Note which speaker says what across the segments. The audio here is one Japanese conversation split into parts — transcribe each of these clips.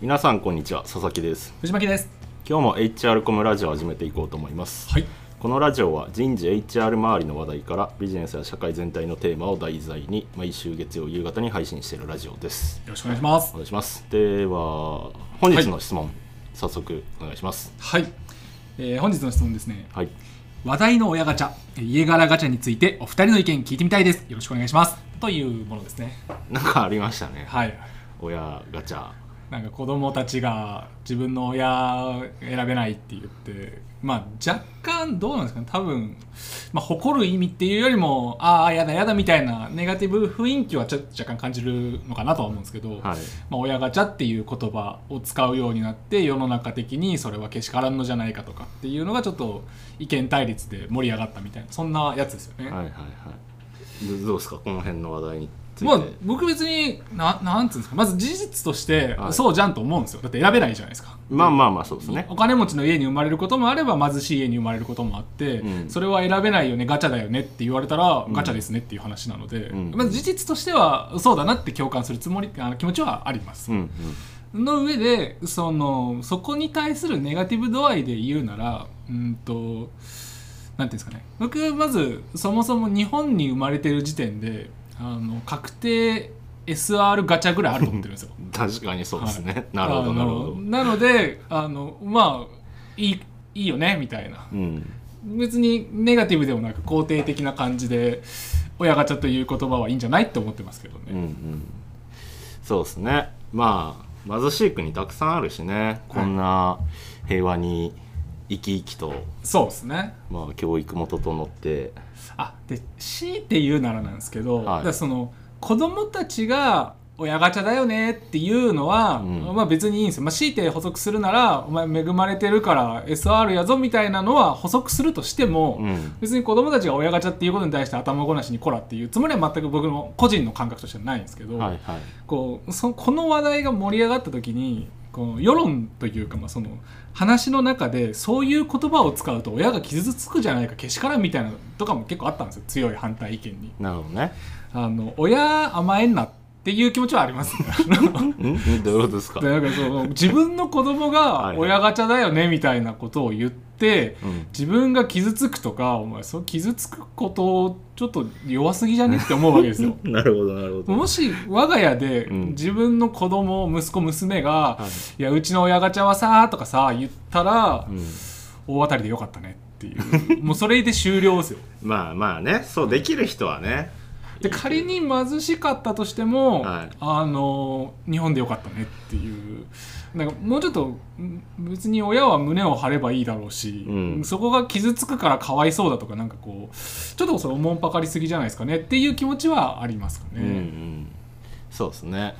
Speaker 1: 皆さんこんにちは佐々木です
Speaker 2: 藤巻です
Speaker 1: 今日も HR コムラジオを始めていこうと思います、
Speaker 2: はい
Speaker 1: このラジオは人事 HR 周りの話題からビジネスや社会全体のテーマを題材に毎週月曜夕方に配信しているラジオです
Speaker 2: よろしくお願いします
Speaker 1: お願いしますでは本日の質問、早速お願いします
Speaker 2: はい、えー本日の質問ですね
Speaker 1: はい
Speaker 2: 話題の親ガチャえー家柄ガチャについてお二人の意見聞いてみたいですよろしくお願いしますというものですね
Speaker 1: なんかありましたね
Speaker 2: はい
Speaker 1: 親ガチャ
Speaker 2: なんか子供たちが自分の親選べないって言ってまあ若干どうなんですかね多分、まあ、誇る意味っていうよりもああやだやだみたいなネガティブ雰囲気はちょっと若干感じるのかなとは思うんですけど、
Speaker 1: はい
Speaker 2: まあ、親ガチャっていう言葉を使うようになって世の中的にそれはけしからんのじゃないかとかっていうのがちょっと意見対立で盛り上がったみたいなそんなやつですよ
Speaker 1: は
Speaker 2: ね。
Speaker 1: いはいはいどどうですかこの辺の話題について、
Speaker 2: まあ、僕別にななんつうんですかまず事実として、
Speaker 1: はい
Speaker 2: そうじゃんと思うんですよだって選べないじゃないですか
Speaker 1: まあまあまあそうですね
Speaker 2: お金持ちの家に生まれることもあれば貧しい家に生まれることもあって、
Speaker 1: うん
Speaker 2: それは選べないよねガチャだよねって言われたら、
Speaker 1: うん
Speaker 2: ガチャですねっていう話なので、
Speaker 1: うん
Speaker 2: まあ、事実としてはそうだなって共感するつもりあの気持ちはあります
Speaker 1: うんうん
Speaker 2: の上でそのそこに対するネガティブ度合いで言うならうんとなんていうんですかね僕まずそもそも日本に生まれてる時点であの確定 SR ガチャぐらいあると思ってるんですよ
Speaker 1: 確かにそうですね、
Speaker 2: はい
Speaker 1: なるほ
Speaker 2: あ
Speaker 1: ど
Speaker 2: の
Speaker 1: なるほど
Speaker 2: なのであのまあいいいいよねみたいな
Speaker 1: うん
Speaker 2: 別にネガティブでもなく肯定的な感じで親ガチャという言葉はいいんじゃないって思ってますけど
Speaker 1: うんう
Speaker 2: ね、
Speaker 1: んそうですねまあ貧しい国たくさんあるしねこんな平和に生き生きと、
Speaker 2: そうですね
Speaker 1: まあ、教育も整って
Speaker 2: あで強いて言うならなんですけど、
Speaker 1: はい
Speaker 2: だからその子供たちが親ガチャだよねっていうのは、
Speaker 1: うん
Speaker 2: まあ別にいいんですよ、まあ、強いて補足するならお前恵まれてるから SR やぞみたいなのは補足するとしても、
Speaker 1: うん
Speaker 2: 別に子供たちが親ガチャっていうことに対して頭ごなしにこらっていうつもりは全く僕の個人の感覚としてはないんですけど、
Speaker 1: はいはい
Speaker 2: こうそこの話題が盛り上がった時にこう世論というか、まあ、その話の中でそういう言葉を使うと親が傷つくじゃないかけしからんみたいなのとかも結構あったんですよ強い反対意見に
Speaker 1: なるほどね
Speaker 2: あの親甘えんなっていう気持ちはありますね
Speaker 1: んどういうことですか
Speaker 2: でなんかその自分の子供が親ガチャだよねみたいなことを言って
Speaker 1: うん
Speaker 2: 自分が傷つくとかお前そう傷つくことちょっと弱すぎじゃねって思うわけですよ
Speaker 1: なるほどなるほど
Speaker 2: もし我が家で
Speaker 1: うん
Speaker 2: 自分の子供息子娘が「
Speaker 1: はい
Speaker 2: い、やうちの親ガチャはさ」とかさ言ったら、
Speaker 1: うん
Speaker 2: 大当たりでよかったねっていう もうそれで終了ですよ
Speaker 1: まあまあねそうできる人はね
Speaker 2: で仮に貧しかったとしても、
Speaker 1: はい
Speaker 2: あの日本でよかったねっていうなんかもうちょっとん別に親は胸を張ればいいだろうし、
Speaker 1: うん
Speaker 2: そこが傷つくからかわいそうだとかなんかこうちょっとそれおもんぱかりすぎじゃないですかねっていう気持ちはありますか
Speaker 1: うんう
Speaker 2: ね。
Speaker 1: んそうですね
Speaker 2: はい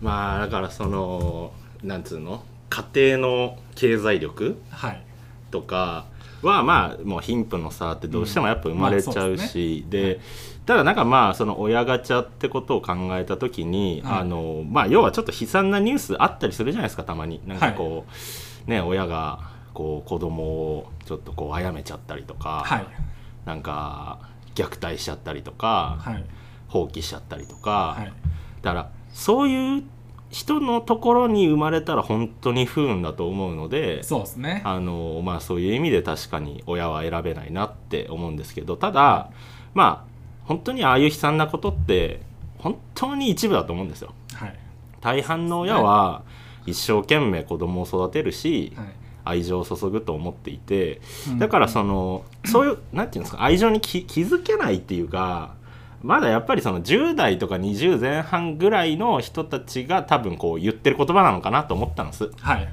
Speaker 1: まあだからそのなんつうの家庭の経済力
Speaker 2: はい
Speaker 1: とかはまあもう貧富の差ってどうしてもやっぱ生まれちゃうし、でただなんかまあその親ガチャってことを考えた時に、
Speaker 2: はい
Speaker 1: あのまあ要はちょっと悲惨なニュースあったりするじゃないですかたまになんかこう、ね親がこう子供をちょっとこう殺めちゃったりとか、
Speaker 2: はい
Speaker 1: なんか虐待しちゃったりとか、
Speaker 2: はい
Speaker 1: 放棄しちゃったりとか、
Speaker 2: はい
Speaker 1: だからそういう人のところに生まれたら本当に不運だと思うので
Speaker 2: そうですね。
Speaker 1: あのまあそういう意味で確かに親は選べないなって思うんですけどただまあ本当にああいう悲惨なことって本当に一部だと思うんですよ
Speaker 2: はい。
Speaker 1: 大半の親は一生懸命子供を育てるし愛情を注ぐと思っていて
Speaker 2: はい。
Speaker 1: だから
Speaker 2: うん
Speaker 1: そのそういうなんていうんですか愛情に気気づけないっていうかまだやっぱりその10代とか20前半ぐらいの人たちが多分こう言ってる言葉なのかなと思ったんです
Speaker 2: はい。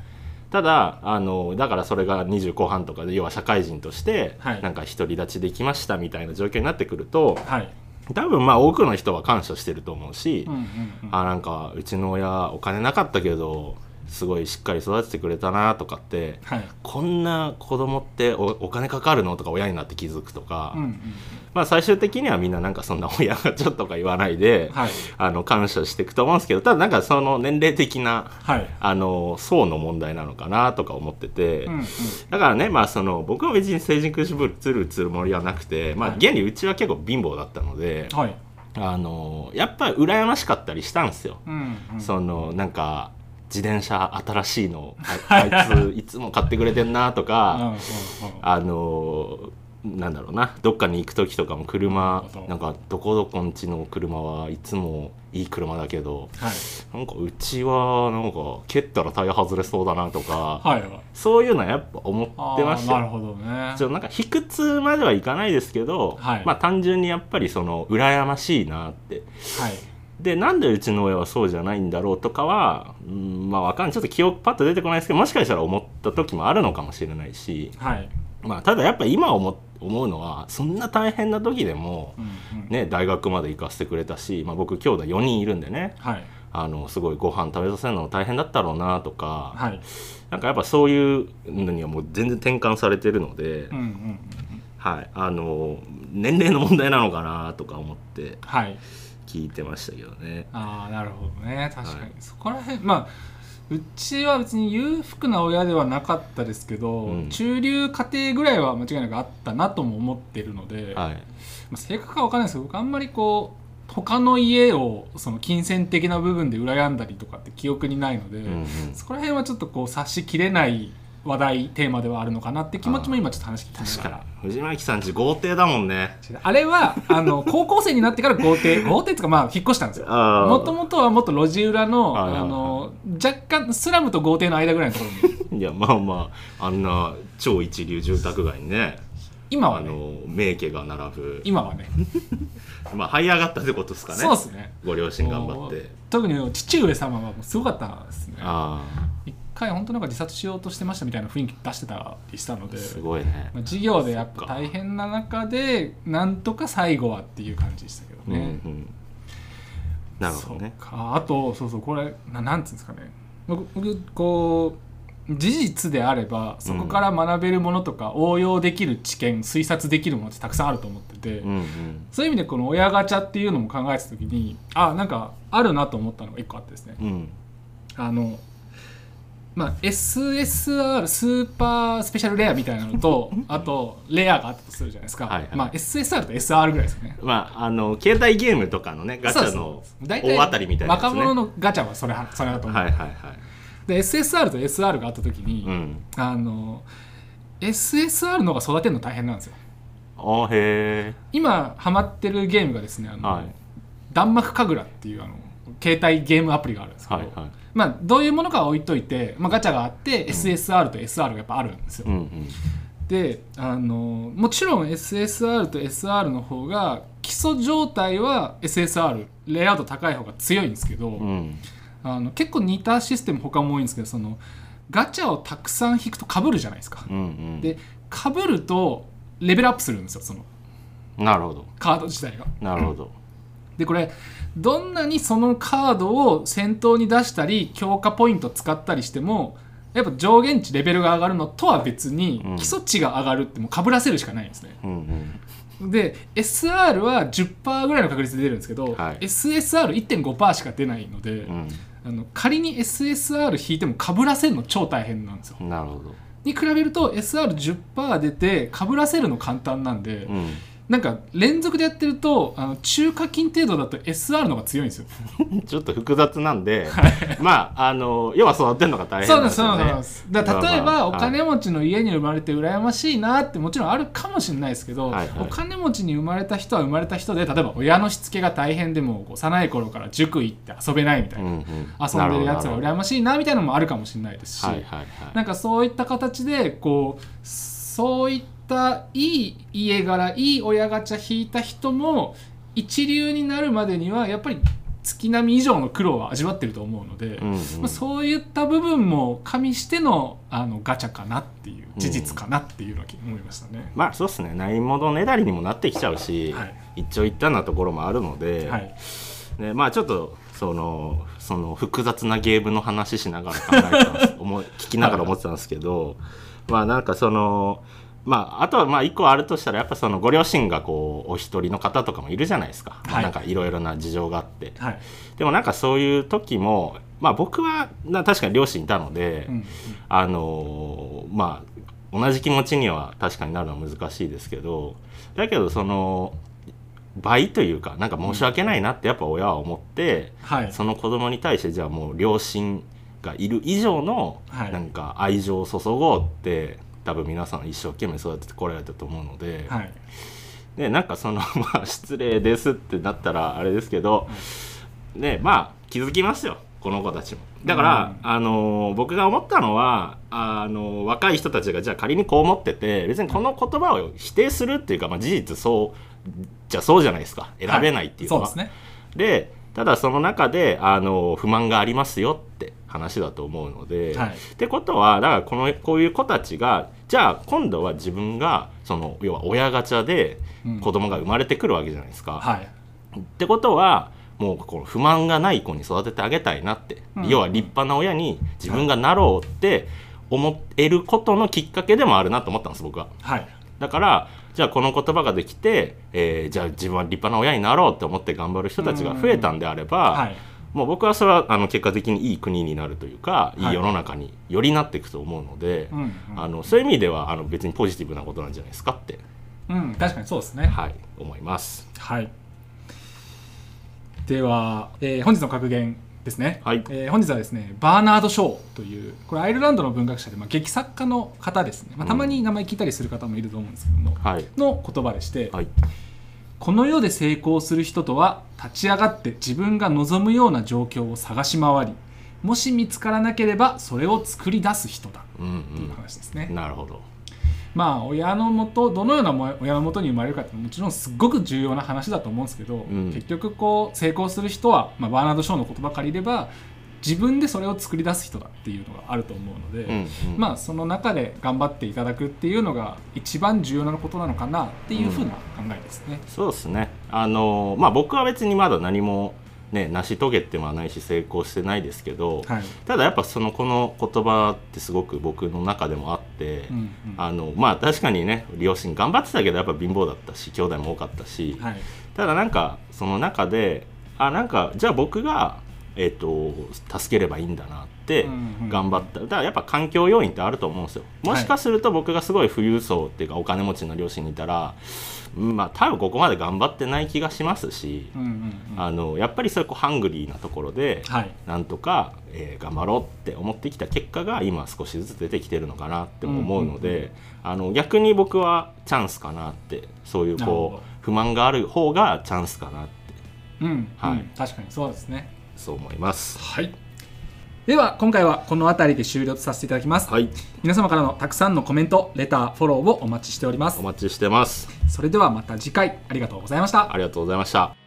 Speaker 1: ただあのだからそれが20後半とかで要は社会人として
Speaker 2: はい
Speaker 1: なんか独り立ちできましたみたいな状況になってくると
Speaker 2: はい。
Speaker 1: 多分まあ多くの人は感謝してると思うし、
Speaker 2: うんうんうん。
Speaker 1: あなんかうちの親お金なかったけどすごいしっかり育ててくれたなとかって
Speaker 2: はい。
Speaker 1: こんな子供っておお金かかるのとか親になって気づくとか、
Speaker 2: うんうん
Speaker 1: まあ最終的にはみんななんかそんな親が ちょっとか言わないで、
Speaker 2: うん。はい。
Speaker 1: あの感謝していくと思うんですけどただなんかその年齢的な
Speaker 2: はい。
Speaker 1: あの層の問題なのかなとか思ってて。
Speaker 2: うんうん。
Speaker 1: だからね、まあ、その僕は別に成人君主ぶつるつるもりはなくて、まあ、
Speaker 2: はい
Speaker 1: 現にうちは結構貧乏だったので、
Speaker 2: はい。
Speaker 1: あのやっぱり羨ましかったりしたんですよ。
Speaker 2: うんうん。
Speaker 1: そのなんか自転車新しいのああいついつも買ってくれてんなと
Speaker 2: うんうん
Speaker 1: か
Speaker 2: うん
Speaker 1: あのーなんだろうなどっかに行く時とかも車
Speaker 2: なるほど
Speaker 1: なんかどこどこんちの車はいつもいい車だけど
Speaker 2: はい
Speaker 1: なんかうちはなんか蹴ったらタイヤ外れそうだなとか
Speaker 2: はいはい
Speaker 1: そういうのはやっぱ思
Speaker 2: あ
Speaker 1: ってまし
Speaker 2: ー
Speaker 1: た
Speaker 2: なる
Speaker 1: よ
Speaker 2: ほどね
Speaker 1: ちょっとなんか卑屈まではいかないですけど、
Speaker 2: はい
Speaker 1: まあ単純にやっぱりその羨ましいなって
Speaker 2: はい
Speaker 1: でなんでうちの親はそうじゃないんだろうとかは、うん、まあわかんないちょっと記憶パッと出てこないですけどもしかしたら思った時もあるのかもしれないし、
Speaker 2: はい
Speaker 1: まあ、ただやっぱ今思思うのはそんな大変な時でも、
Speaker 2: うんうん
Speaker 1: ね、大学まで行かせてくれたし、まあ、僕兄弟4人いるんでね
Speaker 2: はい
Speaker 1: あのすごいご飯食べさせるのも大変だったろうなとか、
Speaker 2: はい
Speaker 1: なんかやっぱそういうのにはもう全然転換されてるので、
Speaker 2: うんうんうん
Speaker 1: はい、あの年齢の問題なのかなとか思って
Speaker 2: はい
Speaker 1: 聞いてましたけどね。
Speaker 2: ああなるほどね確かに、
Speaker 1: はい
Speaker 2: そこら辺まあうちは別に裕福な親ではなかったですけど、
Speaker 1: うん
Speaker 2: 中流家庭ぐらいは間違いなくあったなとも思ってるので、ま
Speaker 1: はい、
Speaker 2: あ、正確かは分かんないですけど僕あんまりこう他の家をその金銭的な部分で羨んだりとかって記憶にないので、
Speaker 1: うんうん
Speaker 2: そこら辺はちょっとこう察しきれない話題テーマではあるのかなって気持ちも今ちょっと話聞き
Speaker 1: 確
Speaker 2: な
Speaker 1: か
Speaker 2: が
Speaker 1: に
Speaker 2: ら。
Speaker 1: 藤巻さんち豪邸だもんね
Speaker 2: あれはあの 高校生になってから豪邸豪邸っていうかまあ引っ越したんですよ
Speaker 1: あー
Speaker 2: もともとはもっと路地裏の
Speaker 1: はいはい
Speaker 2: あの若干スラムと豪邸の間ぐらいのところに
Speaker 1: いやまあまああんな超一流住宅街にね
Speaker 2: 今
Speaker 1: あ
Speaker 2: はね
Speaker 1: の名家が並ぶ
Speaker 2: 今はね
Speaker 1: まあ這い上がったってことですかね
Speaker 2: そうですね
Speaker 1: ご両親頑張っ
Speaker 2: もう
Speaker 1: て
Speaker 2: 特に父上様はもうすごかったですね
Speaker 1: あ
Speaker 2: 一回本当なんか自殺しようとしてましたみたいな雰囲気出してたりしたの
Speaker 1: あ
Speaker 2: です
Speaker 1: ごいね
Speaker 2: まあ、授業でやっ
Speaker 1: そ
Speaker 2: ぱ
Speaker 1: っか
Speaker 2: 大変な中でなんとか最後はっていう感じでしたけど
Speaker 1: うん
Speaker 2: ね、
Speaker 1: うんなるほどね
Speaker 2: そうかあとそうそうこれななんていうんですかね僕僕こう事実であればそこから学べるものとか、応用できる知見推察できるものってたくさんあると思ってて、
Speaker 1: うんうん
Speaker 2: そういう意味でこの親ガチャっていうのも考えてた時にあなんかあるなと思ったのが一個あってですね
Speaker 1: うん
Speaker 2: あのまあ SSR スーパースペシャルレアみたいなのとあとレアがあったとするじゃないですか、
Speaker 1: はいはい
Speaker 2: まあ SSR と SR ぐらいですよね
Speaker 1: まああの携帯ゲームとかのねガチャ
Speaker 2: そう
Speaker 1: の
Speaker 2: です大
Speaker 1: 大
Speaker 2: 体
Speaker 1: 当たりみたいなやつね
Speaker 2: 若者のガチャはそれはそれだと思う、
Speaker 1: はいはいはい
Speaker 2: で SSR と SR があった時に、
Speaker 1: うん
Speaker 2: あの SSR の方が育てるの大変なんですよ
Speaker 1: ああへえ
Speaker 2: 今ハマってるゲームがですねあの、
Speaker 1: はい
Speaker 2: 弾幕神楽っていうあの携帯ゲームアプリがあるんですけど、
Speaker 1: はいはい
Speaker 2: まあ、どういうものかは置いといて、まあ、ガチャがあって、SSR と SR がやっぱあるんですよ、
Speaker 1: うんうん
Speaker 2: であのもちろん SSR と SR の方が基礎状態は SSR レイアウト高い方が強いんですけど、
Speaker 1: うん
Speaker 2: あの結構似たシステム他も多いんですけどそのガチャをたくさん引くと被るじゃないですか、
Speaker 1: うんうん
Speaker 2: で被るとレベルアップするんですよその
Speaker 1: なるほど
Speaker 2: カード自体が
Speaker 1: なるほど
Speaker 2: でこれどんなにそのカードを先頭に出したり強化ポイント使ったりしてもやっぱ上限値レベルが上がるのとは別に
Speaker 1: うん
Speaker 2: 基礎値が上がるってもう被らせるしかないんですね、
Speaker 1: うんうん
Speaker 2: で SR は10%ぐらいの確率で出るんですけど、
Speaker 1: はい
Speaker 2: SSR1.5% しか出ないので、
Speaker 1: う
Speaker 2: あの仮に SSR 引いても被らせるの超大変なんですよ
Speaker 1: ん、なるほど。
Speaker 2: に比べると SR10% 出て被らせるの簡単なんで、
Speaker 1: うん、
Speaker 2: なんか連続でやってるとあの中華金程度だと SR の方が強いんですよ
Speaker 1: ちょっと複雑なんで、まああの要は育てるのが大変
Speaker 2: そう
Speaker 1: なん
Speaker 2: で
Speaker 1: ですす
Speaker 2: そう
Speaker 1: よ
Speaker 2: なん
Speaker 1: ね
Speaker 2: で。すだから例
Speaker 1: ま
Speaker 2: え
Speaker 1: あま
Speaker 2: ば
Speaker 1: あ
Speaker 2: お金持ちの家に生まれて羨ましいなってもちろんあるかもしれないですけど、
Speaker 1: はいはい
Speaker 2: お金持ちに生まれた人は生まれた人で例えば親のしつけが大変でも幼い頃から塾行って遊べないみたいな、
Speaker 1: んん
Speaker 2: 遊んでるやつは
Speaker 1: な
Speaker 2: 羨
Speaker 1: ほ
Speaker 2: ましいなみたいなのもあるかもしれないですし、
Speaker 1: どはいはいは
Speaker 2: なんかそういった形でこうそういったいい家柄いい親ガチャ引いた人も一流になるまでにはやっぱり月並み以上の苦労は味わってると思うので、
Speaker 1: い。うんうん
Speaker 2: まあ、そういった部分も加味してのあのガチャかなっていう事実かなっていうのは思いましたね。
Speaker 1: まあそうですね。ないものねだりにもなってきちゃうし、
Speaker 2: はい
Speaker 1: 一長一短なところもあるので、
Speaker 2: はい、
Speaker 1: ねまあちょっとそのその複雑なゲームの話しながら考えてたんです思い聞きながら思ってたんですけど、まあなんかその。まあ、あとはまあ一個あるとしたらやっぱそのご両親がこうお一人の方とかもいるじゃないですか、
Speaker 2: はい
Speaker 1: なんかいろいろな事情があって、
Speaker 2: はい
Speaker 1: でもなんかそういう時もまあ僕はな確かに両親いたので、
Speaker 2: うん
Speaker 1: あのーまあ同じ気持ちには確かになるのは難しいですけどだけどその倍というかなんか申し訳ないなってやっぱ親は思って、
Speaker 2: はい
Speaker 1: その子供に対してじゃあもう両親がいる以上の
Speaker 2: はい
Speaker 1: なんか愛情を注ごうって多分皆さん一生懸命育ててこられたと思うので、
Speaker 2: はい
Speaker 1: でなんかその まあ失礼ですってなったらあれですけど、ねまあ気づきますよこの子たちも。だから、あのー僕が思ったのはあのー若い人たちがじゃあ仮にこう思ってて別にこの言葉を否定するっていうか、まあ、事実そうじゃそうじゃないですか選べないっていうか、
Speaker 2: そうですね
Speaker 1: でただその中であの不満がありますよって話だと思うので、
Speaker 2: はい
Speaker 1: ってことはだからこのこういう子たちがじゃあ今度は自分がその要は親ガチャで
Speaker 2: うん
Speaker 1: 子供が生まれてくるわけじゃないですか。
Speaker 2: はい
Speaker 1: ってことはもうこの不満がない子に育ててあげたいなって、
Speaker 2: うん
Speaker 1: 要は立派な親に自分がなろうって思えることのきっかけでもあるなと思ったんです僕は。
Speaker 2: はい
Speaker 1: だからじゃあこの言葉ができて、えーじゃあ自分は立派な親になろうって思って頑張る人たちが増えたんであれば、
Speaker 2: はい
Speaker 1: もう僕はそれはあの結果的にいい国になるというか、い、い
Speaker 2: はい
Speaker 1: 世の中によりなっていくと思うので、
Speaker 2: うんうん
Speaker 1: あのそういう意味ではあの別にポジティブなことなんじゃないですかって、
Speaker 2: うん確かにそうですね
Speaker 1: はい、思います。
Speaker 2: はいでは、えー本日の格言ですね、
Speaker 1: はい
Speaker 2: えー本日はですねバーナード・ショーというこれアイルランドの文学者で、まあ、劇作家の方ですね、まあ、たまに名前聞いたりする方もいると思うんですけども、
Speaker 1: はい、
Speaker 2: の言葉でして、
Speaker 1: はい、
Speaker 2: この世で成功する人とは立ち上がって自分が望むような状況を探し回りもし見つからなければそれを作り出す人だ
Speaker 1: うん
Speaker 2: という話ですね、
Speaker 1: うん、なるほど、
Speaker 2: まあ親のもとどのようなも親のもとに生まれるかってもちろんすっごく重要な話だと思うんですけど、
Speaker 1: ん
Speaker 2: 結局こう成功する人は、まあ、バーナード・ショーの言葉借りれば自分でそれを作り出す人だっていうのがあると思うので、
Speaker 1: うんうん
Speaker 2: まあその中で頑張っていただくっていうのが一番重要なことなのかなっていうふうな考えですね。
Speaker 1: そうですね。あのまあ僕は別にまだ何もね成し遂げてはないし成功してないですけど、
Speaker 2: はい、
Speaker 1: ただやっぱそのこの言葉ってすごく僕の中でもあって。
Speaker 2: うんうん
Speaker 1: あのまあ確かにね両親頑張ってたけどやっぱ貧乏だったし兄弟も多かったし、
Speaker 2: はい
Speaker 1: ただなんかその中であなんかじゃあ僕が、えっと助ければいいんだなって
Speaker 2: うんうん
Speaker 1: 頑張った、だからやっぱ環境要因ってあると思うんですよもしかすると僕がすごい富裕層っていうかお金持ちの両親にいたら、うんまあ多分ここまで頑張ってない気がしますし、
Speaker 2: うんうんうん
Speaker 1: あのやっぱりそういうこうハングリーなところで、
Speaker 2: はい
Speaker 1: なんとか、えー頑張ろうって思ってきた結果が今少しずつ出てきてるのかなっても思うので、
Speaker 2: うんうんう
Speaker 1: あの逆に僕はチャンスかなってそういう
Speaker 2: なるほ
Speaker 1: こ
Speaker 2: ど
Speaker 1: う不満がある方がチャンスかなって
Speaker 2: うんうん
Speaker 1: はい
Speaker 2: 確かにそうですね。
Speaker 1: そう思います。
Speaker 2: はいでは今回はこの辺りで終了とさせていただきます、
Speaker 1: はい、
Speaker 2: 皆様からのたくさんのコメントレターフォローをお待ちしております
Speaker 1: お待ちしてます。
Speaker 2: それではまた次回ありがとうございました
Speaker 1: ありがとうございました。